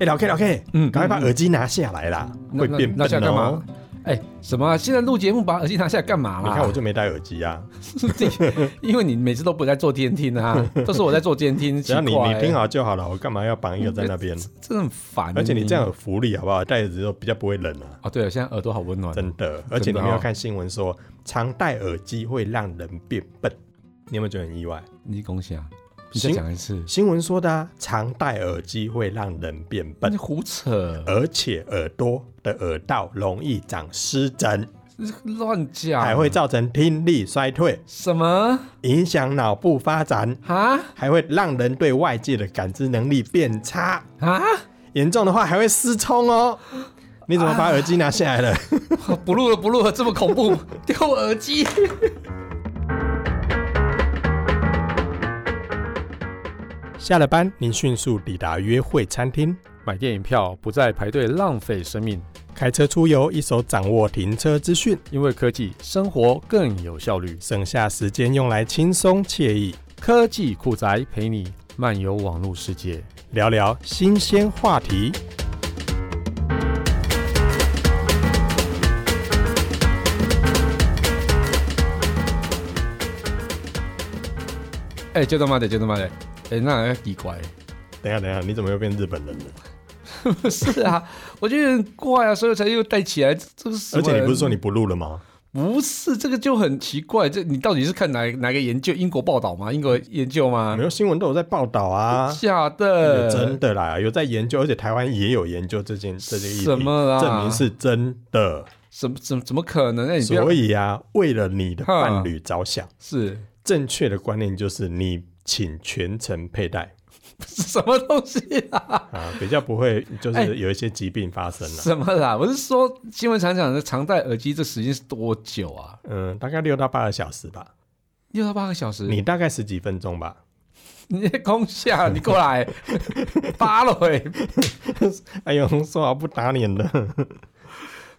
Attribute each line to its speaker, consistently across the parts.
Speaker 1: 哎，老 K 老 K，
Speaker 2: 嗯
Speaker 1: 赶快把耳机拿下来啦，会变
Speaker 2: 那那那这
Speaker 1: 笨
Speaker 2: 样干
Speaker 1: 哦
Speaker 2: 嘛。？哎，什么啊？现在录节目把耳机拿下来干嘛
Speaker 1: 你
Speaker 2: 啦？
Speaker 1: 看我就没戴耳机啊，
Speaker 2: 这，因为你每次都不在做监听啊，都是我在做监听，
Speaker 1: 只
Speaker 2: 奇
Speaker 1: 要
Speaker 2: 怪。嗯
Speaker 1: 你你听，好就好了，我干嘛要绑一个在那边？
Speaker 2: 真的很烦。
Speaker 1: 而且你这样有福利好不好？戴耳机就比较不会冷啊，
Speaker 2: 哦，对了，现在耳朵好温暖。
Speaker 1: 真的。而且你
Speaker 2: 真的哦
Speaker 1: 没有看新闻说，常戴耳机会让人变笨，你有没有觉得很意外？
Speaker 2: 你恭喜啊！你再
Speaker 1: 行
Speaker 2: 讲一次，
Speaker 1: 新闻说的啊，常戴耳机会让人变笨
Speaker 2: 你，胡扯，
Speaker 1: 而且耳朵的耳道容易长湿疹，
Speaker 2: 乱讲，
Speaker 1: 还会造成听力衰退，
Speaker 2: 什么
Speaker 1: 影响脑部发展，
Speaker 2: 啊
Speaker 1: 还会让人对外界的感知能力变差。
Speaker 2: 啊？
Speaker 1: 严重的话还会失聪哦。你怎么把耳机拿下来了？
Speaker 2: 不录了，不录了，这么恐怖， 丢我耳机。
Speaker 1: 下了班，您迅速抵达约会餐厅，
Speaker 3: 买电影票不再排队浪费生命，
Speaker 1: 开车出游，一手掌握停车资讯，
Speaker 3: 因为科技生活更有效率。
Speaker 1: 省下时间用来轻松惬意
Speaker 3: 科技酷宅陪你漫游网络世界。
Speaker 1: 聊聊新鲜话题。
Speaker 2: 哎，就他妈的，就他妈的，哎，那要奇怪。
Speaker 1: 等一下，等一下，你怎么又变日本人了？
Speaker 2: 不 是啊，我觉得有点怪啊，所以我才又带起来。这这个什
Speaker 1: 而
Speaker 2: 么
Speaker 1: 且你不是说你不录了吗？
Speaker 2: 不是这个就很奇怪？这你到底是看哪哪个研究？英国报道吗？英国研究吗
Speaker 1: 没？有新闻都有在报道啊，
Speaker 2: 假
Speaker 1: 有
Speaker 2: 的，
Speaker 1: 真的啦，有在研究，而且台湾也有研究这件这件议题，
Speaker 2: 什么啦
Speaker 1: 证明是真的。
Speaker 2: 怎么怎么怎么可能？哎那你不要
Speaker 1: 所以啊，为了你的伴侣着想，
Speaker 2: 是
Speaker 1: 正确的观念就是你请全程佩戴。
Speaker 2: 是什么东西啊？
Speaker 1: 啊，比较不会就
Speaker 2: 哎
Speaker 1: 是有一些疾病发生啊了、
Speaker 2: 什么啦？我是说，新闻常讲的常戴耳机这时间是多久啊？
Speaker 1: 嗯，大概六到八个小时吧，
Speaker 2: 六到八个小时。
Speaker 1: 你大概十几分钟吧。
Speaker 2: 你在 空下，你过来， 扒了喂、
Speaker 1: 哎呦，说好不打脸的，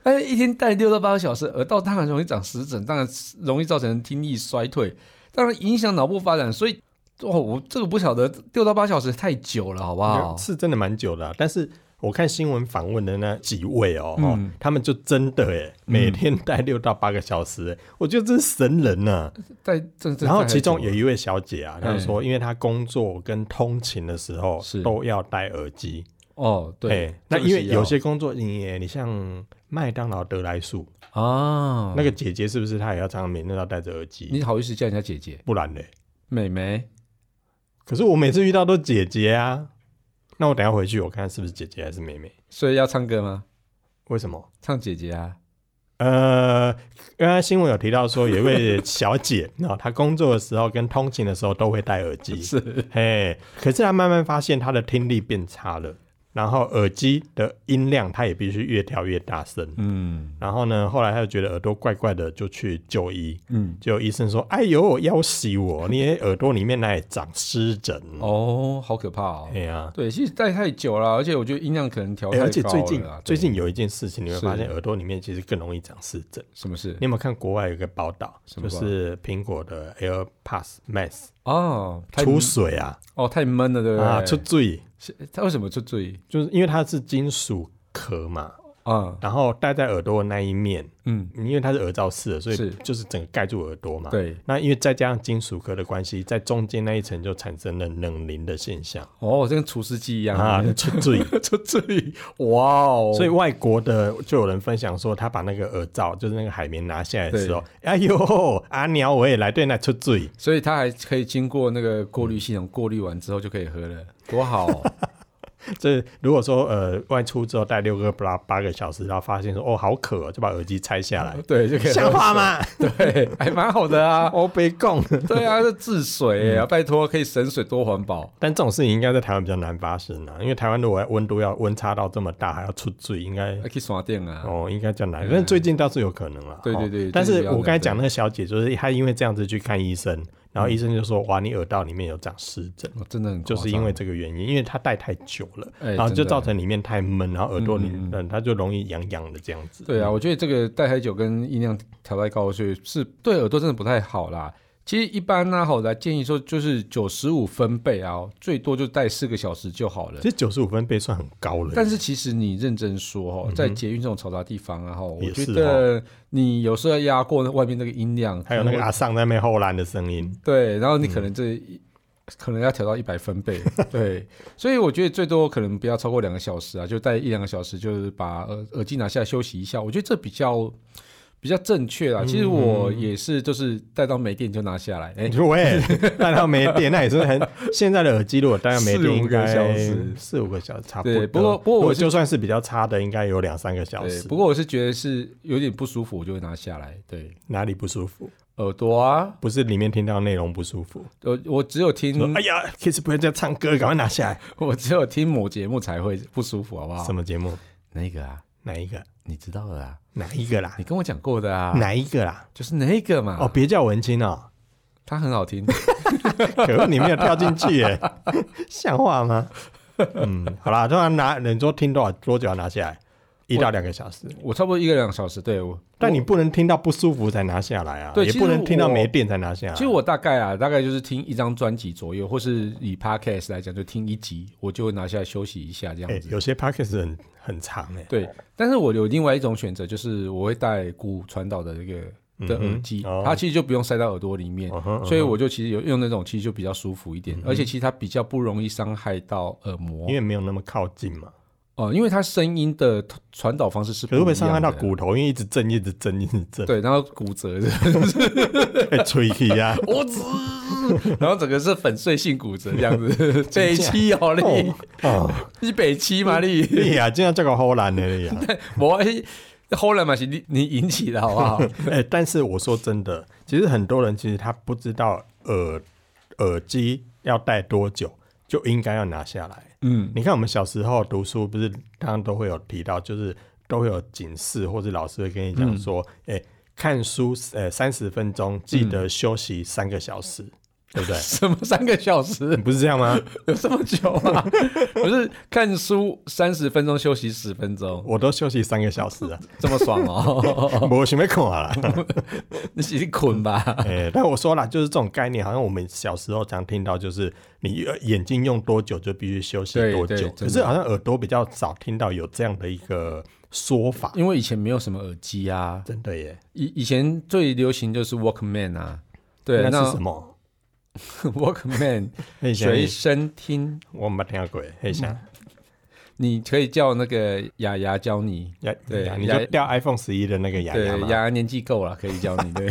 Speaker 2: 哎，一天戴六到八个小时，耳道当然容易长湿疹，当然容易造成听力衰退，当然影响脑部发展。所以，哦，我这个不晓得六到八小时太久了，好不好？
Speaker 1: 是真的蛮久的啊、但是我看新闻访问的那几位哦，
Speaker 2: 嗯
Speaker 1: 哦他们就真的哎，每天戴六到八个小时哎，我觉得这是神人呢、
Speaker 2: 戴这这，
Speaker 1: 然后其中
Speaker 2: 也
Speaker 1: 有一位小姐啊，她就
Speaker 2: 哎
Speaker 1: 说，因为她工作跟通勤的时候
Speaker 2: 是
Speaker 1: 都要戴耳机。
Speaker 2: 哦，对
Speaker 1: 哎，那
Speaker 2: 这个
Speaker 1: 因
Speaker 2: 是
Speaker 1: 为
Speaker 2: 要
Speaker 1: 有些工作你也，你像麦当劳得来速，
Speaker 2: 啊，
Speaker 1: 那个姐姐是不是她也要常常每天都要戴着耳机？
Speaker 2: 你好意思叫人家姐姐、
Speaker 1: 不然嘞？
Speaker 2: 妹妹？
Speaker 1: 可是我每次遇到都姐姐啊。那我等一下回去我看是不是姐姐还是妹妹？
Speaker 2: 所以要唱歌吗？
Speaker 1: 为什么？
Speaker 2: 唱姐姐啊？
Speaker 1: 呃，刚刚新闻有提到说有一位小姐， 那、她工作的时候跟通勤的时候都会戴耳机，
Speaker 2: 是
Speaker 1: 嘿，可是她慢慢发现她的听力变差了，然后耳机的音量她也必须越调越大声，
Speaker 2: 嗯
Speaker 1: 然后呢，后来她就觉得耳朵怪怪的，就去就医，
Speaker 2: 嗯，
Speaker 1: 就医生说：“哎呦，要死我！你的耳朵里面哪里长湿疹？”
Speaker 2: 哦，好可怕哦。
Speaker 1: 哎呀、
Speaker 2: 对，其实戴太久了，而且我觉得音量可能调
Speaker 1: 哎
Speaker 2: 哦太高了啦、
Speaker 1: 而且最近
Speaker 2: 对
Speaker 1: 最近有一件事情，你会
Speaker 2: 是
Speaker 1: 发现耳朵里面其实更容易长湿疹。
Speaker 2: 什么事
Speaker 1: 你？有没有看国外有一个报道，
Speaker 2: 什
Speaker 1: 就
Speaker 2: 么报
Speaker 1: 是苹果的 AirPods Max
Speaker 2: 哦，太
Speaker 1: 出水啊
Speaker 2: 哦，太闷了，对不对？
Speaker 1: 啊出水，
Speaker 2: 是它为什么出罪
Speaker 1: 就是因为它是金属壳嘛，
Speaker 2: 啊？
Speaker 1: 然后戴在耳朵的那一面，
Speaker 2: 嗯，
Speaker 1: 因为它是耳罩式的，所以
Speaker 2: 是
Speaker 1: 就是整个盖住耳朵嘛。。
Speaker 2: 对，
Speaker 1: 那因为再加上金属壳的关系，在中间那一层就产生了冷凝的现象
Speaker 2: 哦，这跟厨师机一样
Speaker 1: 啊，出 水。
Speaker 2: 出罪，哇哦！
Speaker 1: 所以外国的就有人分享说，他把那个耳罩，就是那个海绵拿下来的时候，哎呦，阿鸟我也来对那出嘴，
Speaker 2: 所以它还可以经过那个过滤系统，过滤完之后就可以喝了，多好哦！
Speaker 1: 这如果说呃外出之后戴六个八八个小时，然后发现说哦好渴哦，就把耳机拆下 来，
Speaker 2: 对，就可以
Speaker 1: 像
Speaker 2: 喝，
Speaker 1: 话 吗？
Speaker 2: 对，还蛮好的啊。
Speaker 1: 我哦被供。
Speaker 2: 对啊，这治水
Speaker 1: 嗯
Speaker 2: 啊，拜托，可以省水多环保。
Speaker 1: 但这种事情应该在台湾比较难发生啊，因为台湾如果温度要温差到这么大，还要出罪，应该
Speaker 2: 还可以耍电啊，
Speaker 1: 哦应该较难。但是最近倒是有可能了。
Speaker 2: 对对
Speaker 1: 哦
Speaker 2: 对
Speaker 1: 但
Speaker 2: 但是
Speaker 1: 是
Speaker 2: 比较
Speaker 1: 我刚才
Speaker 2: 难
Speaker 1: 讲那个小姐，就是她因为这样子去看医生，然后医生就说哇你耳道里面有长湿疹。
Speaker 2: 哦真的很
Speaker 1: 就是
Speaker 2: 夸
Speaker 1: 因
Speaker 2: 张
Speaker 1: 为这个原因，因为它戴太久了，
Speaker 2: 哎
Speaker 1: 然后就
Speaker 2: 真的
Speaker 1: 造成里面太闷，然后耳朵里，
Speaker 2: 嗯嗯
Speaker 1: 嗯它就容易痒痒的这
Speaker 2: 啊
Speaker 1: 样子。
Speaker 2: 对啊，我觉得这个戴太久跟音量调太高，所以是对耳朵真的不太好啦。其实一般呢、好来建议说就是九十五分贝啊，最多就戴四个小时就好了
Speaker 1: 其。实九十五分贝算很高了，
Speaker 2: 但是其实你认真说哦，在捷运这种嘈杂地方啊，哈，我
Speaker 1: 嗯也
Speaker 2: 觉
Speaker 1: 是
Speaker 2: 得你有时候压过那外面那个音量，
Speaker 1: 还有那
Speaker 2: 可
Speaker 1: 个
Speaker 2: 能
Speaker 1: 阿尚在那边后栏的声音，
Speaker 2: 对，然后你可能这一、可能要调到一百分 贝，对，所以我觉得最多可能不要超过两个小时啊，就戴一两个小时，就是把耳耳机拿下来休息一下，我觉得这比较比较正确啦。其实我也是，就是戴到没电就拿下来，哎、
Speaker 1: 我 也戴到没电，那也是很现在的耳机，如果戴到没
Speaker 2: 四
Speaker 1: 电，
Speaker 2: 五
Speaker 1: 应
Speaker 2: 个
Speaker 1: 该
Speaker 2: 小时
Speaker 1: 四五个小时差不多。
Speaker 2: 对不过不过我
Speaker 1: 如果
Speaker 2: 是
Speaker 1: 就算是比较差的，应该有两三个小
Speaker 2: 对，
Speaker 1: 时。
Speaker 2: 不过我是觉得是有点不舒服，我就会拿下来。对，
Speaker 1: 哪里不舒服？
Speaker 2: 耳朵啊，
Speaker 1: 不是里面听到内容不舒服，
Speaker 2: 我我只有
Speaker 1: 说
Speaker 2: 听
Speaker 1: 哎呀，Kiss 不要在唱歌，赶快拿下来。
Speaker 2: 我只有听某节目才会不舒服，好不好
Speaker 1: 什？么节目？
Speaker 2: 那个啊，
Speaker 1: 哪一个？
Speaker 2: 你知道的啊，
Speaker 1: 哪一个啦？
Speaker 2: 你跟我讲过的啊，
Speaker 1: 哪一个啦？
Speaker 2: 就是那个嘛，
Speaker 1: 哦，别叫文青哦，
Speaker 2: 它很好听。
Speaker 1: 可恶，你没有跳进去 耶，像话吗？嗯，好啦，通常拿，你说听多少多久要拿下来？一到两个小时，
Speaker 2: 我差不多一个两个小时，对，我
Speaker 1: 但你
Speaker 2: 我
Speaker 1: 不能听到不舒服才拿下来啊，
Speaker 2: 对
Speaker 1: 也
Speaker 2: 其
Speaker 1: 不
Speaker 2: 实
Speaker 1: 能听到
Speaker 2: 我
Speaker 1: 没电才拿下来。
Speaker 2: 其实我大概啊，大概就是听一张专辑左右，或是以 podcast 来讲，就听一集，我就会拿下来休息一下这
Speaker 1: 哎
Speaker 2: 样子。
Speaker 1: 有些 podcast 很很长哎，
Speaker 2: 对，但是我有另外一种选择，就是我会戴骨传导的这个的
Speaker 1: 嗯哼
Speaker 2: 耳机，
Speaker 1: 哦
Speaker 2: 它其实就不用塞到耳朵里面，
Speaker 1: 嗯哼嗯哼嗯
Speaker 2: 所以我就其实有用那种，其实就比较舒服一点，而且其实它比较不容易伤害到耳膜
Speaker 1: 因，为没有那么靠近嘛，
Speaker 2: 哦、因为它声音的传导方式是
Speaker 1: 可
Speaker 2: 不
Speaker 1: 是
Speaker 2: 一
Speaker 1: 会不
Speaker 2: 样
Speaker 1: 会伤
Speaker 2: 的，
Speaker 1: 害到骨头？因为一直震，一直震，一直震，
Speaker 2: 对，然后骨折的。
Speaker 1: 会吹气啊。
Speaker 2: 我只， 然后整个是粉碎性骨折这样 子，北七哦你，
Speaker 1: 哦，
Speaker 2: 你北七嘛你，
Speaker 1: 厉害，竟然叫个荷兰的厉
Speaker 2: 哦
Speaker 1: 害。
Speaker 2: 我哎后来嘛是你你引起的好不 好？
Speaker 1: 哎、 但是我说真的，其实很多人其实他不知道耳耳机要戴多久，就应该要拿下来。
Speaker 2: 嗯，
Speaker 1: 你看我们小时候读书，不是当然都会有提到，就是都会有警示，或者老师会跟你讲说，哎、看书呃三十分钟，记得休息三个小时，对不对？
Speaker 2: 什么三个小时
Speaker 1: 你不是这样吗？
Speaker 2: 有这么久啊？我是看书三十分钟，休息十分钟，
Speaker 1: 我都休息三个小时了，
Speaker 2: 这么爽 哦？
Speaker 1: 我想要看啊啦。
Speaker 2: 你是你捆 吧？
Speaker 1: 哎、但我说了，就是这种概念，好像我们小时候常听到，就是你呃眼睛用多久就必须休息
Speaker 2: 对
Speaker 1: 多
Speaker 2: 对
Speaker 1: 久。
Speaker 2: 真的
Speaker 1: 可是好像耳朵比较少听到有这样的一个说法，
Speaker 2: 因为以前没有什么耳机啊，
Speaker 1: 真的耶。
Speaker 2: 以以前最流行就是 Walkman 啊，对，
Speaker 1: 那是
Speaker 2: 那
Speaker 1: 什么？
Speaker 2: Walkman
Speaker 1: 嘿翔
Speaker 2: 随身听。
Speaker 1: 我没听过耶，嘿翔，
Speaker 2: 你可以叫那个雅雅教你，
Speaker 1: 呀
Speaker 2: 嗯对
Speaker 1: 呀你
Speaker 2: 呀
Speaker 1: 就掉 iPhone 十一的那个牙
Speaker 2: 对
Speaker 1: 牙，嘛，
Speaker 2: 雅雅年纪够了，可以教 你。对，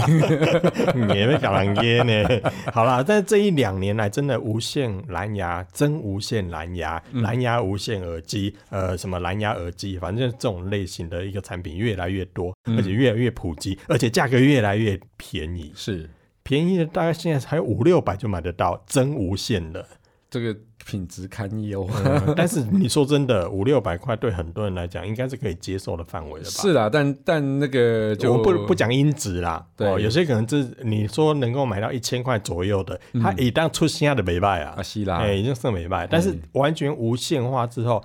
Speaker 1: 你也被搞烂耶呢。 好啦，但这一两年来，真的无线蓝牙、真无线蓝牙、蓝牙无线耳机，呃，什么蓝牙耳机，反正这种类型的一个产品越来越多，而且越来越普及，而且价格越来越便宜。
Speaker 2: 是
Speaker 1: 便宜的大概现在才五六百就买得到真无线的，
Speaker 2: 这个品质堪 忧。
Speaker 1: 嗯但是你说真的，五六百块对很多人来讲应该是可以接受的范围了吧？
Speaker 2: 是啦，但但那个就
Speaker 1: 我们不不讲音质啦，
Speaker 2: 对
Speaker 1: 哦，有些可能这你说能够买到一千块左右的，
Speaker 2: 嗯
Speaker 1: 它一旦出现它的美败啊
Speaker 2: 阿，西啦
Speaker 1: 哎、，已经剩美
Speaker 2: 嗯
Speaker 1: 败，但是完全无线化之后，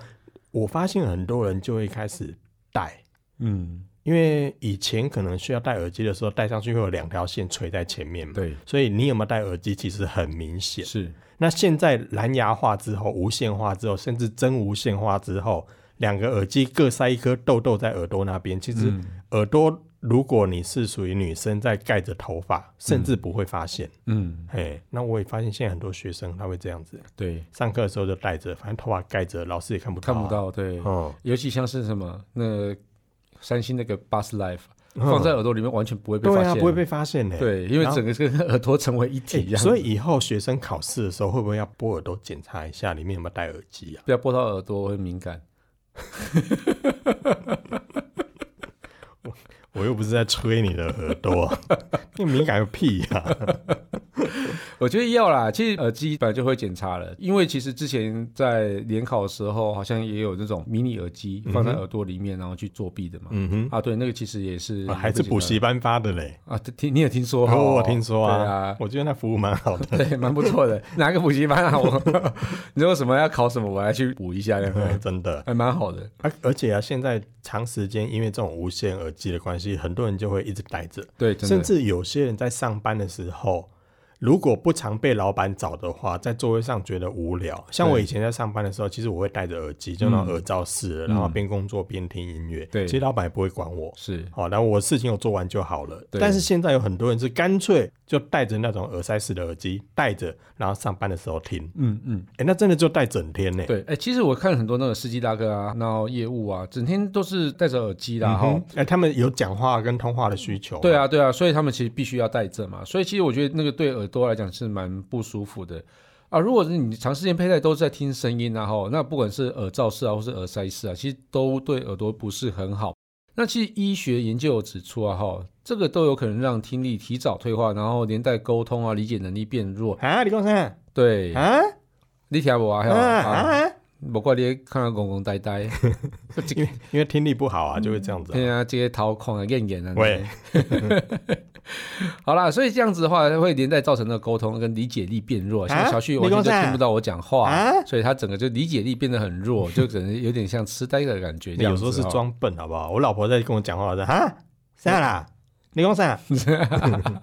Speaker 1: 我发现很多人就会开始戴，
Speaker 2: 嗯，
Speaker 1: 因为以前可能需要戴耳机的时候，戴上去会有两条线垂在前面嘛，
Speaker 2: 对，
Speaker 1: 所以你有没有戴耳机其实很明显。
Speaker 2: 是
Speaker 1: 那现在蓝牙化之后、无线化之后，甚至真无线化之后，两个耳机各塞一颗痘痘在耳朵那边。其实
Speaker 2: 嗯
Speaker 1: 耳朵，如果你是属于女生在盖着头发，甚至不会发现。
Speaker 2: 嗯，
Speaker 1: 哎，那我也发现现在很多学生他会这样子，
Speaker 2: 对，
Speaker 1: 上课的时候就戴着，反正头发盖着，老师也看不到、啊
Speaker 2: 看不。到，对，
Speaker 1: 哦、
Speaker 2: 尤其像是什么那三星那个 Bus Life 放在耳朵里面完全不会被
Speaker 1: 嗯对
Speaker 2: 发
Speaker 1: 啊，
Speaker 2: 现，
Speaker 1: 不会被发现呢。
Speaker 2: 对，因为整个跟耳朵成为一体一
Speaker 1: 哎。
Speaker 2: 样，
Speaker 1: 所以以后学生考试的时候，会不会要拨耳朵检查一下里面有没有戴耳机啊？
Speaker 2: 不要拨到耳朵会敏感。
Speaker 1: 我又不是在吹你的耳朵，啊 你敏感个屁啊呀、
Speaker 2: 我觉得要啦，其实耳呃机本来就会检查了，因为其实之前在联考的时候，好像也有那种迷你耳机放在耳朵里面，然后去作弊的嘛。
Speaker 1: 嗯哼。
Speaker 2: 啊，对，那个其实也是、
Speaker 1: 啊还是补习班发的嘞。
Speaker 2: 啊？听你也听说、
Speaker 1: 然后
Speaker 2: 哦？
Speaker 1: 我听说
Speaker 2: 对
Speaker 1: 啊
Speaker 2: 啊，。
Speaker 1: 我觉得那服务蛮好 的。
Speaker 2: 对，蛮不错的。哪个补习班啊？我 你说什么要考什么，我来去补一下，这样
Speaker 1: 真的，
Speaker 2: 还蛮好的。
Speaker 1: 而而且啊，现在长时间因为这种无线耳机的关系，很多人就会一直戴着，
Speaker 2: 对，真
Speaker 1: 甚
Speaker 2: 的
Speaker 1: 至有些人在上班的时候，如果不常被老板找的话，在座位上觉得无聊。像我
Speaker 2: 对
Speaker 1: 以前在上班的时候，其实我会戴着耳机，就那种耳罩式的，然后边工作边听音乐。
Speaker 2: 嗯对
Speaker 1: 其实老板也不会管我。
Speaker 2: 是
Speaker 1: 好，然后我事情我做完就好了。
Speaker 2: 对
Speaker 1: 但是现在有很多人是干脆就戴着那种耳塞式的耳机，戴着，然后上班的时候听。
Speaker 2: 嗯嗯，
Speaker 1: 哎，那真的就戴整天呢。
Speaker 2: 对，哎、其实我看很多那个司机大哥啊，然后业务啊，整天都是戴着耳机啦，
Speaker 1: 嗯
Speaker 2: 哈、
Speaker 1: 哼，哎，他们有讲话跟通话的需求。
Speaker 2: 对，啊，对啊，所以他们其实必须要戴着嘛，所以其实我觉得那个对耳朵来讲是蛮不舒服的啊。如果是你长时间佩戴都是在听声音啊，哈，那不管是耳罩式啊，或是耳塞式啊，其实都对耳朵不是很好。那其实医学研究有指出啊，哈，这个都有可能让听力提早退化，然后连带沟通啊、理解能力变弱。
Speaker 1: 啊，李光山，
Speaker 2: 对，
Speaker 1: 啊
Speaker 2: 你听我啊，还
Speaker 1: 啊
Speaker 2: 有啊，
Speaker 1: 啊，
Speaker 2: 不怪你看到公公呆呆，
Speaker 1: 因为因为听力不好啊，就会这样子啊。
Speaker 2: 对啊，这些掏空啊、咽炎啊。
Speaker 1: 喂，
Speaker 2: 好啦，所以这样子的话，会连带造成的沟通跟理解力变弱，像
Speaker 1: 啊
Speaker 2: 小旭
Speaker 1: 你
Speaker 2: 完全
Speaker 1: 讲
Speaker 2: 就
Speaker 1: 啥
Speaker 2: 听不到我讲话，
Speaker 1: 啊
Speaker 2: 所以他整个就理解力变得很 弱，就可能有点像痴呆的感觉。这样
Speaker 1: 有
Speaker 2: 子
Speaker 1: 时候是
Speaker 2: 哦，
Speaker 1: 装笨，好不好？我老婆在跟我讲话，我说啊，啥啦？你讲啥？
Speaker 2: 嗯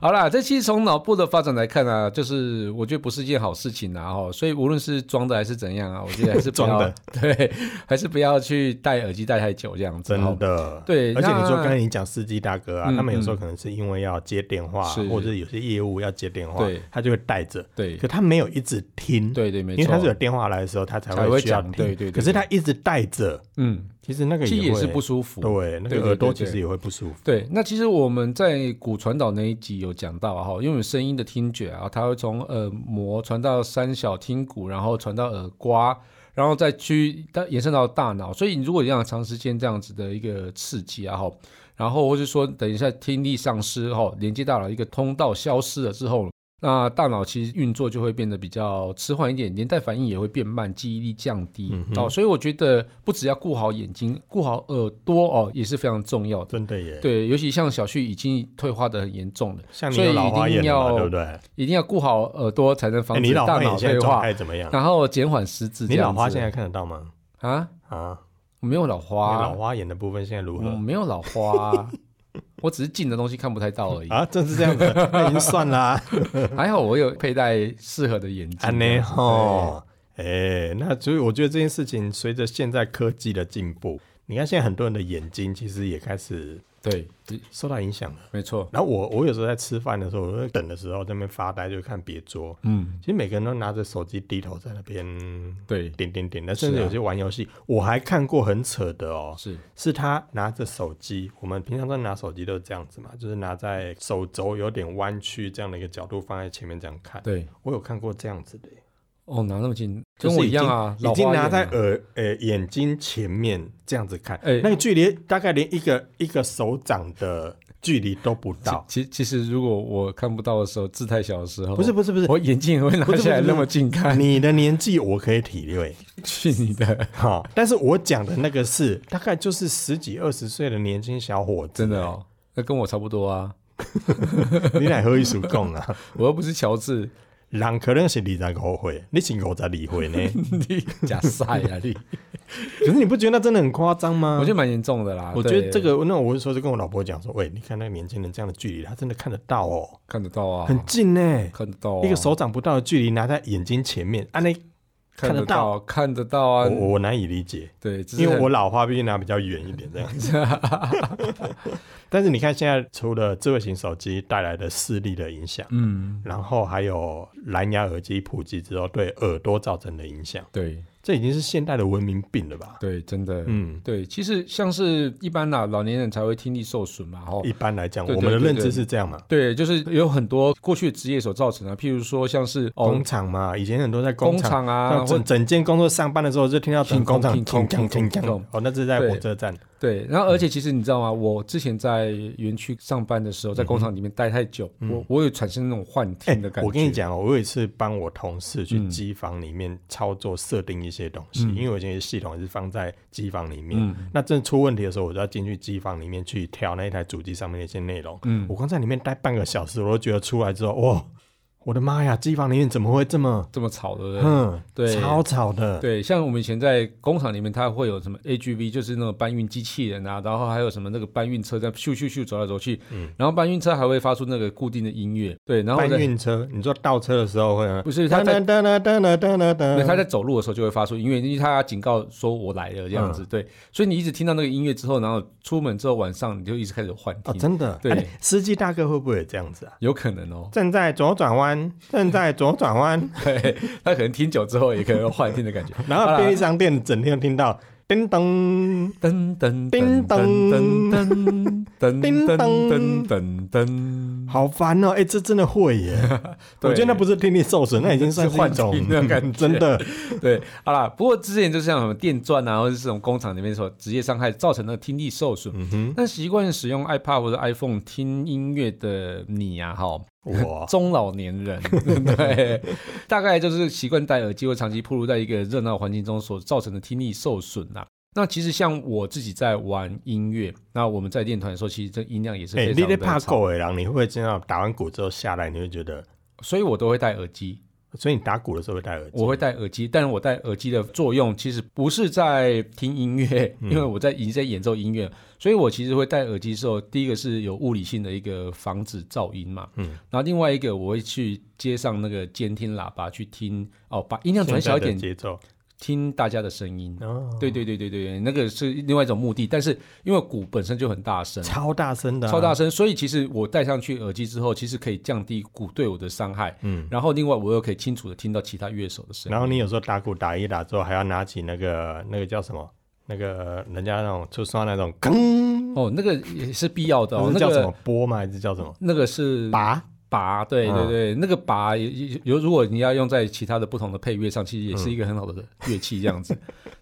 Speaker 2: 好啦，这其实从脑部的发展来看啊，就是我觉得不是一件好事情啊，哦，所以无论是装的还是怎样啊，我觉得还是不
Speaker 1: 装
Speaker 2: 要
Speaker 1: 的
Speaker 2: 对，还是不要去戴耳机戴太久这样子、
Speaker 1: 真
Speaker 2: 哦。
Speaker 1: 的。
Speaker 2: 对
Speaker 1: 而且你
Speaker 2: 那
Speaker 1: 说刚才你讲司机大哥啊，
Speaker 2: 嗯
Speaker 1: 他们有时候可能是因为要接电话
Speaker 2: 是，
Speaker 1: 或者是有些业务要接电话
Speaker 2: 对，
Speaker 1: 他就会带着，
Speaker 2: 对
Speaker 1: 可他没有一直听，，
Speaker 2: 对对，没
Speaker 1: 因
Speaker 2: 错，
Speaker 1: 为他是有电话来的时候，他才
Speaker 2: 才会
Speaker 1: 需要
Speaker 2: 讲
Speaker 1: 听，
Speaker 2: 对对对
Speaker 1: 可是他一直带着，
Speaker 2: 嗯，
Speaker 1: 其实那个
Speaker 2: 其实
Speaker 1: 也
Speaker 2: 也
Speaker 1: 会
Speaker 2: 是不舒服。
Speaker 1: 对，那
Speaker 2: 对对
Speaker 1: 个耳朵
Speaker 2: 对对
Speaker 1: 其实也会不舒服。
Speaker 2: 对，那其实我们在骨传导那一集有讲到啊哈、因为声音的听觉啊，它会从耳膜传到三小听骨，然后传到耳瓜，然后再去到延伸到大脑。所以你如果让长时间这样子的一个刺激啊哈，然后或是说等一下听力丧失哈、连接大脑一个通道消失了之后。那大脑其实运作就会变得比较迟缓一点，连带反应也会变慢，记忆力降低、
Speaker 1: 嗯哼
Speaker 2: 哦，所以我觉得不只要顾好眼睛，顾好耳朵哦，也是非常重要的。
Speaker 1: 真的耶，
Speaker 2: 对，尤其像小旭已经退化的很严重了，
Speaker 1: 像你
Speaker 2: 所以
Speaker 1: 有老花
Speaker 2: 一
Speaker 1: 眼
Speaker 2: 定
Speaker 1: 了
Speaker 2: 要
Speaker 1: 嘛，对不对？
Speaker 2: 一定要顾好耳朵才能防
Speaker 1: 哎你
Speaker 2: 止
Speaker 1: 老
Speaker 2: 大
Speaker 1: 花
Speaker 2: 脑
Speaker 1: 眼现
Speaker 2: 退
Speaker 1: 在状
Speaker 2: 化，
Speaker 1: 态怎么样？
Speaker 2: 然后减缓失智这
Speaker 1: 你
Speaker 2: 样
Speaker 1: 老
Speaker 2: 子。
Speaker 1: 花现在看得到吗？
Speaker 2: 啊？
Speaker 1: 啊，
Speaker 2: 我没有老
Speaker 1: 你
Speaker 2: 花，
Speaker 1: 老花眼的部分现在如
Speaker 2: 我
Speaker 1: 何？
Speaker 2: 没有老 花，我只是近的东西看不太到而已。
Speaker 1: 啊，真是这样 子，那已经算啦、
Speaker 2: 还好我有佩戴适合的眼镜。
Speaker 1: 安内吼，哎、那所以我觉得这件事情随着现在科技的进步，你看现在很多人的眼睛其实也开始
Speaker 2: 对，对，
Speaker 1: 受到影响了。
Speaker 2: 没错。
Speaker 1: 然后我我有时候在吃饭的时候，我在等的时候在那边发呆，就看别桌。
Speaker 2: 嗯，
Speaker 1: 其实每个人都拿着手机低头在那边
Speaker 2: 对，
Speaker 1: 点点点的，
Speaker 2: 是啊
Speaker 1: 甚至有些玩游戏，我还看过很扯的哦，
Speaker 2: 是
Speaker 1: 是他拿着手机，我们平常在拿手机都是这样子嘛，就是拿在手肘有点弯曲这样的一个角度放在前面这样看。
Speaker 2: 对。
Speaker 1: 我有看过这样子的耶。
Speaker 2: 哦，拿那么近，
Speaker 1: 就
Speaker 2: 跟
Speaker 1: 是
Speaker 2: 我
Speaker 1: 已
Speaker 2: 一样啊，
Speaker 1: 经
Speaker 2: 老
Speaker 1: 已经
Speaker 2: 花
Speaker 1: 拿
Speaker 2: 眼
Speaker 1: 在
Speaker 2: 啊
Speaker 1: 耳呃眼睛前面这样子看，
Speaker 2: 哎
Speaker 1: 那个距离大概连一个一个手掌的距离都不到。
Speaker 2: 其其实，如果我看不到的时候，字太小的时候，
Speaker 1: 不是不是不是，
Speaker 2: 我眼镜也会拿
Speaker 1: 不是不是
Speaker 2: 下来
Speaker 1: 不是
Speaker 2: 那么 近看。
Speaker 1: 你的年纪我可以体会，
Speaker 2: 去你的！
Speaker 1: 哈、 但是我讲的那个是大概就是十几二十岁的年轻小伙 子，
Speaker 2: 真的哦，那跟我差不多啊，
Speaker 1: 你来喝一熟供啊，
Speaker 2: 我又不是 乔治，
Speaker 1: 人可能是二十五岁，你是五十二岁呢，
Speaker 2: 你假赛啊你！
Speaker 1: 可是你不觉得那真的很夸张吗？
Speaker 2: 我觉得蛮严重的啦。
Speaker 1: 嗯我觉得
Speaker 2: 对
Speaker 1: 这个，那我有时候就跟我老婆讲说，喂，你看那个年轻人这样的距离，他真的看得到哦，
Speaker 2: 看得到啊，
Speaker 1: 很近呢、
Speaker 2: 看得到啊，
Speaker 1: 一个手掌不到的距离拿在眼睛前面，啊，那
Speaker 2: 看
Speaker 1: 看得
Speaker 2: 得到，看得到啊
Speaker 1: 我。我我难以理解，
Speaker 2: 对，只是
Speaker 1: 因为
Speaker 2: 很
Speaker 1: 我老花毕竟拿比较远一点这样子。 但是你看，现在除了智慧型手机带来的视力的影响，
Speaker 2: 嗯，
Speaker 1: 然后还有蓝牙耳机普及之后对耳朵造成的影响，
Speaker 2: 对
Speaker 1: 这已经是现代的文明病了吧？
Speaker 2: 对，真的，
Speaker 1: 嗯，
Speaker 2: 对，其实像是一般啊啦，老年人才会听力受损嘛，吼
Speaker 1: 一。般来讲，
Speaker 2: 哦对
Speaker 1: 我
Speaker 2: 对
Speaker 1: 们的
Speaker 2: 对
Speaker 1: 认
Speaker 2: 对
Speaker 1: 知是这样嘛。
Speaker 2: 对，就是有很多过去的职业所造成的，啊譬如说像是哦
Speaker 1: 工厂嘛，以前很多在工
Speaker 2: 工
Speaker 1: 厂，
Speaker 2: 厂啊，
Speaker 1: 像
Speaker 2: 或
Speaker 1: 整整间工作上班的时候就听到整工厂
Speaker 2: 听
Speaker 1: 听
Speaker 2: 空
Speaker 1: 讲
Speaker 2: 听
Speaker 1: 听
Speaker 2: 空
Speaker 1: 讲
Speaker 2: 听空，
Speaker 1: 哦，那是在
Speaker 2: 对
Speaker 1: 火车站，
Speaker 2: 对，
Speaker 1: 嗯
Speaker 2: 然后而且其实你知道吗？我之前在园区上班的时候，在工厂里面待太久，我我有产生那种幻
Speaker 1: 嗯哎
Speaker 2: 听的感觉。
Speaker 1: 我跟你，讲哦，我有一次帮我同事去
Speaker 2: 嗯
Speaker 1: 机房里面操作设定一些东西，
Speaker 2: 嗯
Speaker 1: 因为我以前的系统是放在机房里面。
Speaker 2: 嗯
Speaker 1: 那真的出问题的时候，我就要进去机房里面去调那一台主机上面的一些内容。
Speaker 2: 嗯
Speaker 1: 我光在里面待半个小时，我都觉得出来之后，哇，我的妈呀，机房里面怎么会这么
Speaker 2: 这么吵，对不对？
Speaker 1: 哼？
Speaker 2: 对
Speaker 1: 嗯超吵的。
Speaker 2: 对，像我们以前在工厂里面，它会有什么 AGV，就是那个搬运机器人啊，然后还有什么那个搬运车在咻咻咻走来走去，然后搬运车还会发出那个固定的音乐，对，然后
Speaker 1: 嗯搬
Speaker 2: 我在
Speaker 1: 运车，你说倒车的时候会吗
Speaker 2: 不是他在
Speaker 1: 噔噔噔噔噔噔
Speaker 2: 因为
Speaker 1: 噔
Speaker 2: 他在走路的时候就会发出音乐，因为他警告说我来了这样子，
Speaker 1: 啊
Speaker 2: 对，所以你一直听到那个音乐之后，然后出门之后晚上你就一直开始幻
Speaker 1: 哦，
Speaker 2: 听，
Speaker 1: 真的。
Speaker 2: 对
Speaker 1: 哎司机大哥会不会也这样子啊？
Speaker 2: 有可能哦，
Speaker 1: 正在左转弯，正在左转弯，
Speaker 2: 对，他可能听久之后也可能有幻听的感觉，
Speaker 1: 然后便利商店整天听到叮咚，
Speaker 2: 噔 噔
Speaker 1: 叮
Speaker 2: 噔噔
Speaker 1: 咚
Speaker 2: 噔噔噔
Speaker 1: 叮
Speaker 2: 噔
Speaker 1: 咚
Speaker 2: 噔噔噔，
Speaker 1: 好烦哦！哎、这真的会 耶！我
Speaker 2: 对
Speaker 1: 觉得那不是听力受损，那已经算一
Speaker 2: 是幻
Speaker 1: 种
Speaker 2: 听的感觉
Speaker 1: 真 的。
Speaker 2: 对，好啦，不过之前就像什么电钻啊，或者是这种工厂里面所职业伤害造成的听力受损。
Speaker 1: 嗯哼，
Speaker 2: 那习惯使用 iPad 或者 iPhone 听音乐的你啊，哈，
Speaker 1: 我
Speaker 2: 中老年 人，对，大概就是习惯戴耳机或长期暴露在一个热闹环境中所造成的听力受损啊。那其实像我自己在玩音乐，那我们在练团的时候，其实这音量也是
Speaker 1: 哎、
Speaker 2: 非
Speaker 1: 你
Speaker 2: 常
Speaker 1: 在
Speaker 2: 的
Speaker 1: 怕
Speaker 2: 吵，
Speaker 1: 狗哎，然后你会不会经常打完鼓之后下来，你会觉得，
Speaker 2: 所以我都会戴耳机。
Speaker 1: 所以你打鼓的时候会戴耳机？
Speaker 2: 我会戴耳机，但是我戴耳机的作用其实不是在听音乐，因为
Speaker 1: 嗯
Speaker 2: 我在已经在演奏音乐，所以我其实会戴耳机之后，第一个是有物理性的一个防止噪音嘛，嗯，然后另外一个我会去接上那个监听喇叭去听，哦，把音量转小一
Speaker 1: 现在的
Speaker 2: 点，
Speaker 1: 节奏。
Speaker 2: 听大家的声音。
Speaker 1: 哦，
Speaker 2: 对对对对对对，那个是另外一种目的，但是因为鼓本身就很大声，
Speaker 1: 超大声的、啊，
Speaker 2: 超大声，所以其实我戴上去耳机之后，其实可以降低鼓对我的伤害。嗯，然后另外我又可以清楚的听到其他乐手的声音。
Speaker 1: 然后你有时候打鼓打一打之后，还要拿起那个那个叫什么？那个人家那种就刷那种，吭，
Speaker 2: 哦，那个也是必要的哦
Speaker 1: 那。是
Speaker 2: 那
Speaker 1: 叫什么
Speaker 2: 个嗯
Speaker 1: 拨吗？还是叫什么
Speaker 2: 那个是
Speaker 1: 拔？
Speaker 2: 拔，对
Speaker 1: 嗯
Speaker 2: 对对，那个拔也也有，如果你要用在其他的不同的配乐上，其实也是一个很好的乐器这 样子。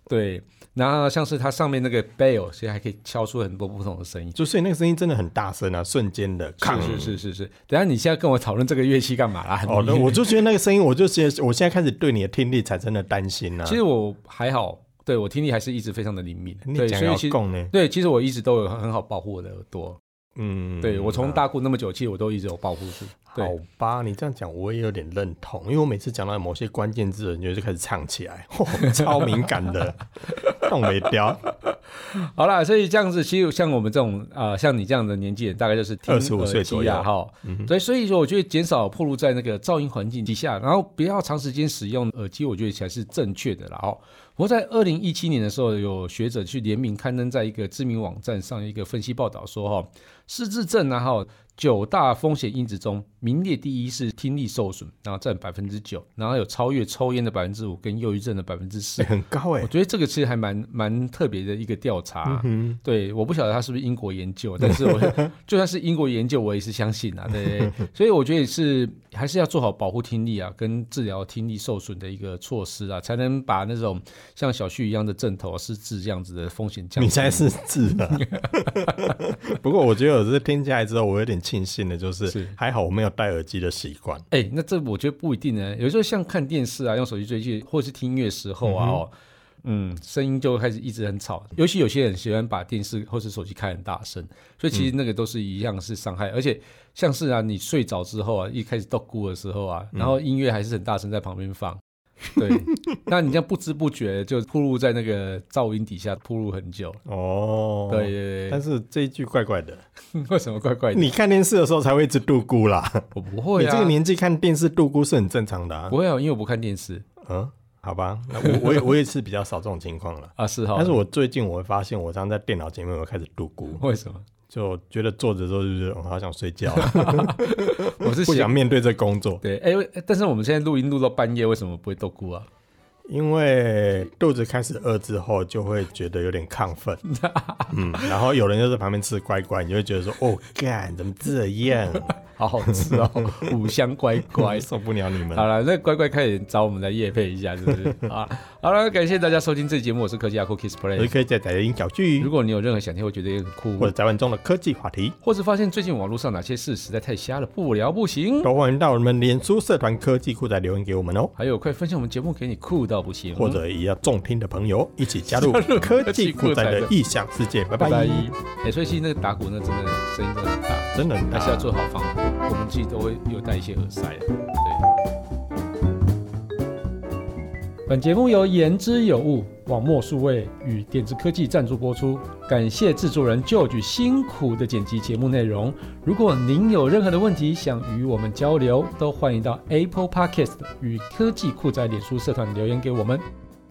Speaker 2: 对，然后像是它上面那个 bell，其实还可以敲出很多不同的声音。
Speaker 1: 就所以那个声音真的很大声啊，瞬间的，
Speaker 2: 是
Speaker 1: 吭
Speaker 2: 是是是是，等一下你现在跟我讨论这个乐器干嘛啦？
Speaker 1: 哦，
Speaker 2: 你
Speaker 1: 那我就觉得那个声音，我就现我现在开始对你的听力产生了担心啊。
Speaker 2: 其实我还好，对我听力还是一直非常的灵敏，
Speaker 1: 你
Speaker 2: 对，
Speaker 1: 讲
Speaker 2: 所以
Speaker 1: 要
Speaker 2: 其实
Speaker 1: 供呢，
Speaker 2: 对，其实我一直都有很好保护我的耳朵。
Speaker 1: 嗯，
Speaker 2: 对我从
Speaker 1: 啊
Speaker 2: 大过那么久，其实我都一直有保护住。对，
Speaker 1: 好吧，你这样讲我也有点认同，因为我每次讲到某些关键字，人就就开始唱起来， 吼超敏感 的，动没掉，
Speaker 2: 好啦，所以这样子，其实像我们这种啊、呃像你这样的年纪人，大概就是听
Speaker 1: 25岁左右嗯
Speaker 2: 耳机啊哈。所以所以说，我觉得减少暴露在那个噪音环境底下，然后不要长时间使用耳机，我觉得才是正确的啦。哦，我在二零一七年的时候，有学者去联名刊登在一个知名网站上一个分析报道说，哈，失智症啊哈。九大风险因子中，名列第一是听力受损，然后占百分之九，然后有超越抽烟的百分之五跟忧郁症的百分之四
Speaker 1: 欸、。很高哎、
Speaker 2: 我觉得这个其实还蛮蛮特别的一个调查、
Speaker 1: 嗯
Speaker 2: 对，我不晓得他是不是英国研究，但是我 就算是英国研究，我也是相信啊，对对对所以我觉得是还是要做好保护听力啊，跟治疗听力受损的一个措施啊，才能把那种像小旭一样的症头啊、失智这样子的风险降
Speaker 1: 你
Speaker 2: 低。
Speaker 1: 才是字 啊！不过我觉得我这听下来之后，我有点庆幸的就是，
Speaker 2: 是
Speaker 1: 还好我没有戴耳机的习惯。
Speaker 2: 哎、那这我觉得不一定呢。有时候像看电视啊，用手机追剧，或者是听音乐时候啊，哦，嗯，声音就会开始一直很吵。尤其有些人喜欢把电视或是手机开很大声，所以其
Speaker 1: 嗯
Speaker 2: 实那个都是一样是伤害。而且像是啊，你睡着之后啊，一开始到咕的时候啊，
Speaker 1: 嗯
Speaker 2: 然后音乐还是很大声在旁边放。 对，那你这样不知不觉就暴露在那个噪音底下，暴露很久。
Speaker 1: 哦，
Speaker 2: 对，对
Speaker 1: 但
Speaker 2: 对
Speaker 1: 是这一句怪怪的，
Speaker 2: 对， 为什么怪怪的？
Speaker 1: 你看电视的时候才会一直度孤啦。
Speaker 2: 我不会
Speaker 1: 你这
Speaker 2: 啊
Speaker 1: 个，年纪看电视度孤是很正常的啊
Speaker 2: 不。会啊，因为我不看电视
Speaker 1: 嗯，好吧，那我我也 我也是比较少这种情况了。
Speaker 2: 啊，是哈。
Speaker 1: 但是我最近我会发现，我常常在电脑前面我开始度孤，
Speaker 2: 为什么？
Speaker 1: 就觉得坐着之后就是嗯我好想睡觉，
Speaker 2: 我 是
Speaker 1: 不
Speaker 2: 喜
Speaker 1: 想面对这工作，
Speaker 2: 对，哎、欸，但是我们现在录音录到半夜，为什么不会斗菇啊？
Speaker 1: 因为肚子开始饿之后就会觉得有点亢 奋，嗯，然后有人就在旁边吃乖乖，你就会觉得说，哦，干怎么这样，
Speaker 2: 好好吃哦，五香乖乖
Speaker 1: 还。受不了你们
Speaker 2: 好。了，那乖乖快点找我们来夜配一下，是不 是？好啊，好了，感谢大家收听这期节目，我是科技阿酷 Kiss
Speaker 1: 我就
Speaker 2: Play。
Speaker 1: 可以在宅音小剧
Speaker 2: 如果你有任何想听，我觉得也很酷
Speaker 1: 或，者宅文中的科技话题，
Speaker 2: 或是发现最近网络上哪些事实在太瞎了，不聊不行。
Speaker 1: 都欢迎到我们脸书社团科技库宅留言给我们哦。
Speaker 2: 还有，快分享我们节目给你酷到不行，
Speaker 1: 或者也要重听的朋友一起嗯加入科技酷宅的异想世界。拜
Speaker 2: 拜
Speaker 1: 拜
Speaker 2: 拜。。哎、所以其实那个打鼓那真的声音真的很大，
Speaker 1: 真的很
Speaker 2: 还
Speaker 1: 大
Speaker 2: 是要做好防护。
Speaker 4: 我们自己都会有戴一些耳
Speaker 2: 啊
Speaker 4: 塞。
Speaker 2: 本节目由言之有物、网墨数位与电子科技赞助播出，感谢制作人 George 辛苦的剪辑节目内容。如果您有任何的问题想与我们交流，都欢迎到 Apple Podcast 与科技酷宅脸书社团留言给我们。